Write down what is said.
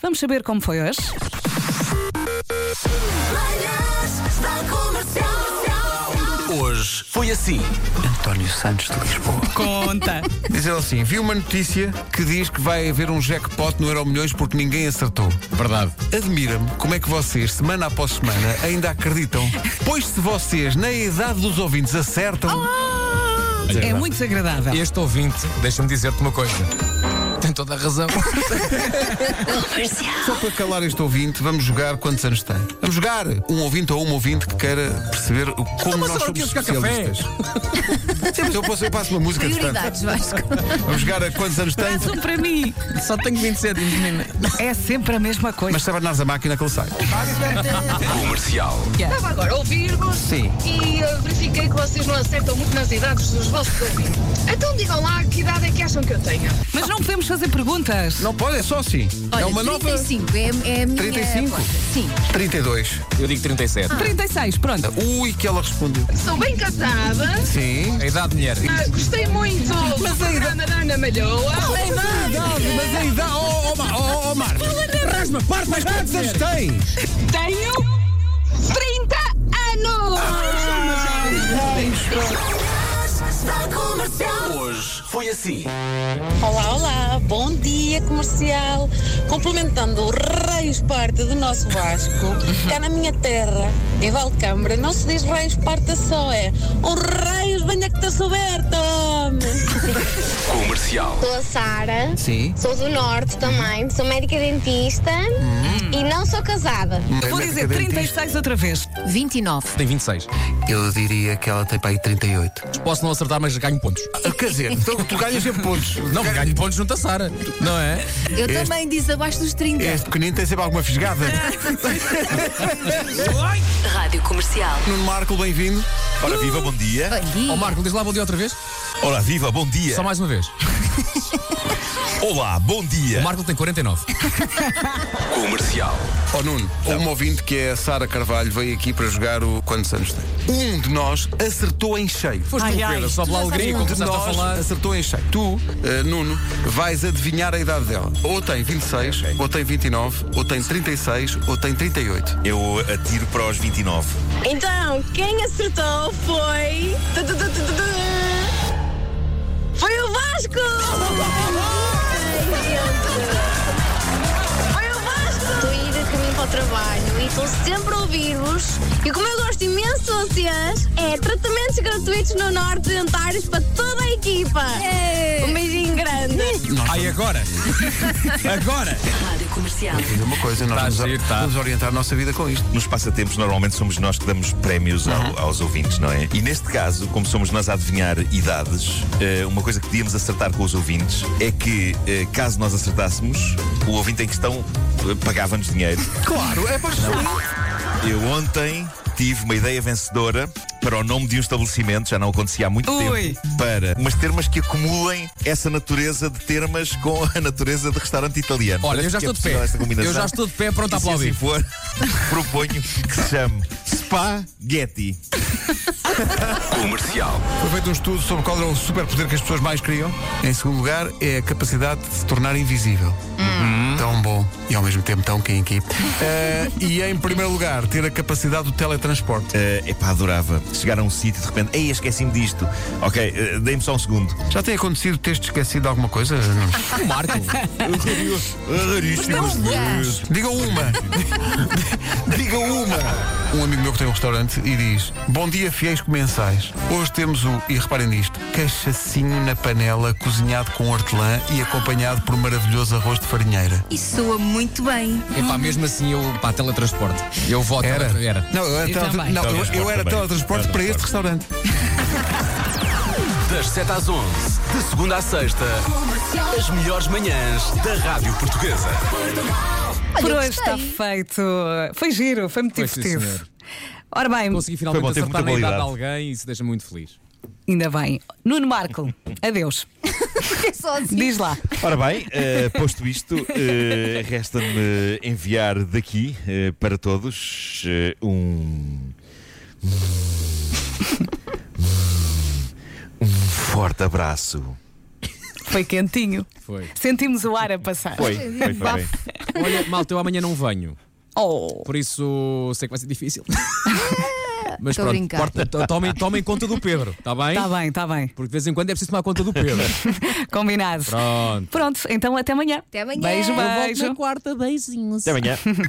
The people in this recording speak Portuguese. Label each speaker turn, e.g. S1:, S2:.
S1: Vamos saber como foi hoje?
S2: Manhãs da Comercial.
S3: Hoje foi assim.
S4: António Santos de Lisboa.
S1: Conta!
S4: Diz ele assim: vi uma notícia que diz que vai haver um jackpot no Euro Milhões porque ninguém acertou.
S3: Verdade.
S4: Admira-me como é que vocês, semana após semana, ainda acreditam. Pois se vocês, na idade dos ouvintes, acertam.
S1: é muito desagradável.
S3: Este ouvinte, deixa-me dizer-te uma coisa. Tem toda a razão.
S4: Só para calar este ouvinte, vamos jogar quantos anos tem. Vamos jogar um ouvinte ou uma ouvinte que queira perceber o- como
S3: mas
S4: nós
S3: será que
S4: somos
S3: ia jogar café?
S4: especialistas. Sim, mas eu, posso, eu passo uma música distante.
S2: Prioridades, Vasco.
S4: Vamos jogar a quantos anos tem.
S1: Traz um para mim!
S3: Só tenho 27, menina.
S1: É sempre a mesma coisa.
S4: Mas se abandonares a máquina que ele sai.
S5: Estava agora a ouvir-vos
S4: Sim.
S5: e eh, verifiquei que vocês não acertam muito nas idades dos vossos ouvintes. Então digam lá que idade é que acham que eu tenho.
S1: Mas, não podemos fazer perguntas.
S4: Não pode, é só assim. é
S2: Olha,
S4: uma nova.
S2: 35 é, é a minha
S4: 35?
S2: aposta. Sim.
S4: 32.
S3: Eu digo 37.
S1: 36, pronto.
S4: Ui, que ela respondeu.
S5: Sou bem casada,
S4: Sim.
S3: A idade, mulher.
S5: ah, gostei muito do programa da Ana
S4: é?
S5: Malhoa.
S4: Mas a idade. Oh, oh, Mar- oh, oh Marcos. Rasma, parte, mas quantos anos tem?
S5: Tenho 30 anos!
S2: Manhãs da Comercial.
S6: Olá, olá, bom dia comercial. Complementando o Reis Parte do nosso Vasco, cá na minha terra, em Valcâmara, não se diz Reis Parte só, é um Reis venha que está soberto.
S7: Sou a Sara,
S4: Sim.
S7: sou do Norte também, sou médica dentista e não sou casada.
S4: Hum. é
S1: Vou dizer 36 outra vez.
S2: 29.
S3: Tem 26.
S4: Eu diria que ela tem para aí 38.
S3: Posso não acertar, mas ganho pontos.
S4: Quer dizer, então tu ganhas sempre pontos.
S3: Não, ganho pontos junto a Sara. Não é?
S2: Eu também disse abaixo dos 30.
S4: Este pequenino tem sempre alguma fisgada.
S2: Rádio Comercial.
S4: Nuno Marco, bem-vindo.
S8: Ora viva, bom dia.
S2: Bom dia.
S3: Ó Marco, diz lá bom dia outra vez.
S8: Ora viva, bom dia.
S3: Só mais uma vez.
S8: Olá, bom
S3: O
S8: dia.
S3: Marco tem 49.
S8: Comercial.
S4: Ó Nuno, uma ouvinte que é a Sara Carvalho veio aqui para jogar o Quantos Anos Tem. Um de nós acertou em cheio.
S3: Foste tu, Pedro. Só pela alegria
S4: Um
S3: como
S4: de
S3: começaste tá a
S4: nós
S3: falar.
S4: acertou em cheio. Tu, eh, Nuno, vais adivinhar a idade dela. Ou tem 26, ou tem 29, ou tem 36, ou tem 38.
S8: Eu atiro para os 29.
S6: Então, quem acertou foi. Tu, tu, tu, tu, tu, tu. Foi o Vasco!
S7: Oi, eu Estou a ir a caminho para o trabalho e estou sempre a ouvir-vos. E como eu gosto imenso de vocês, é tratamentos gratuitos no Norte Dentários para toda a equipa. Um beijinho grande.
S3: Ai, agora! Agora!
S2: Rádio Comercial.
S4: Diz uma coisa,
S3: Tá a
S4: nós
S3: giro,
S4: vamos,
S3: tá.
S4: vamos orientar a nossa vida com isto.
S8: Nos passatempos, normalmente somos nós que damos prémios ao-
S3: Uhum.
S8: aos ouvintes, não é? E neste caso, como somos nós a adivinhar idades, eh, uma coisa que podíamos acertar com os ouvintes é que, eh, caso nós acertássemos, o ouvinte em questão eh, pagava-nos dinheiro.
S4: Claro, é para
S8: Eu ontem tive uma ideia vencedora para o nome de um estabelecimento, já não acontecia há muito
S1: Ui.
S8: tempo, para umas termas que acumulem essa natureza de termas com a natureza de restaurante italiano.
S3: Olha,
S8: Parece
S3: eu já
S8: que é
S3: estou de
S8: possível
S3: pé.
S8: esta combinação.
S3: Eu já estou de pé pronto a
S8: E se
S3: aplaudir.
S8: assim for, proponho que se chame Spaghetti. Comercial.
S4: Foi feito um estudo sobre qual era o superpoder que as pessoas mais queriam. Em segundo lugar, é a capacidade de se tornar invisível. Tão bom e ao mesmo tempo tão quinqui. Eh, e em primeiro lugar, ter a capacidade do teletransporte.
S8: Eh, epá, adorava chegar a um sítio e de repente, ei, esqueci-me disto. Ok, eh, dei-me só um segundo.
S4: Já tem acontecido teres esquecido de alguma coisa? Nuno?
S3: O Marco!
S8: Raríssimo.
S4: Diga uma! Diga uma! Um amigo meu que tem um restaurante e diz: Bom dia, fiéis comensais. Hoje temos o, e reparem nisto, cachacinho na panela, cozinhado com hortelã e acompanhado por maravilhoso arroz de farinheira.
S2: Isso soa muito bem.
S3: Epá, mesmo assim eu pá, teletransporte. Eu voto
S4: Era?
S3: teletra- Era.
S4: Não, eu era,
S1: Eu
S4: tele-
S1: também.
S4: não, eu- eu era teletransporte
S8: Teletransporte também.
S4: para este restaurante.
S9: Das 7 às 11, de segunda à sexta, as melhores manhãs da Rádio Portuguesa.
S1: Por
S2: eu
S1: hoje
S2: gostei.
S1: está feito. Foi giro, foi muito
S3: Foi, sim,
S1: divertido.
S3: senhor.
S1: Ora bem,
S3: Consegui finalmente
S8: Foi bom, teve
S3: acertar na
S8: muita
S3: idade de
S8: qualidade.
S3: alguém e isso deixa muito feliz.
S1: ainda bem. Nuno Marco, adeus.
S6: assim.
S1: Diz lá.
S8: Ora bem, eh, posto isto, eh, resta-me enviar daqui eh, para todos eh, um. Um forte abraço
S1: Foi quentinho.
S3: Foi.
S1: Sentimos o ar a passar.
S8: Foi, foi, foi. bem.
S3: Olha, malta, eu amanhã não venho.
S1: Oh.
S3: Por isso sei que vai ser difícil. Mas
S6: Estou a
S3: pronto,
S6: brincar.
S3: porta- to- tomem, tomem conta do Pedro, está bem?
S1: Está tá bem, está bem.
S3: Porque de vez em quando é preciso tomar conta do Pedro.
S1: Combinado.
S3: Pronto.
S1: Pronto, então até amanhã.
S6: Até amanhã.
S1: Beijo, beijo.
S3: quarta, beijinhos.
S8: Até amanhã.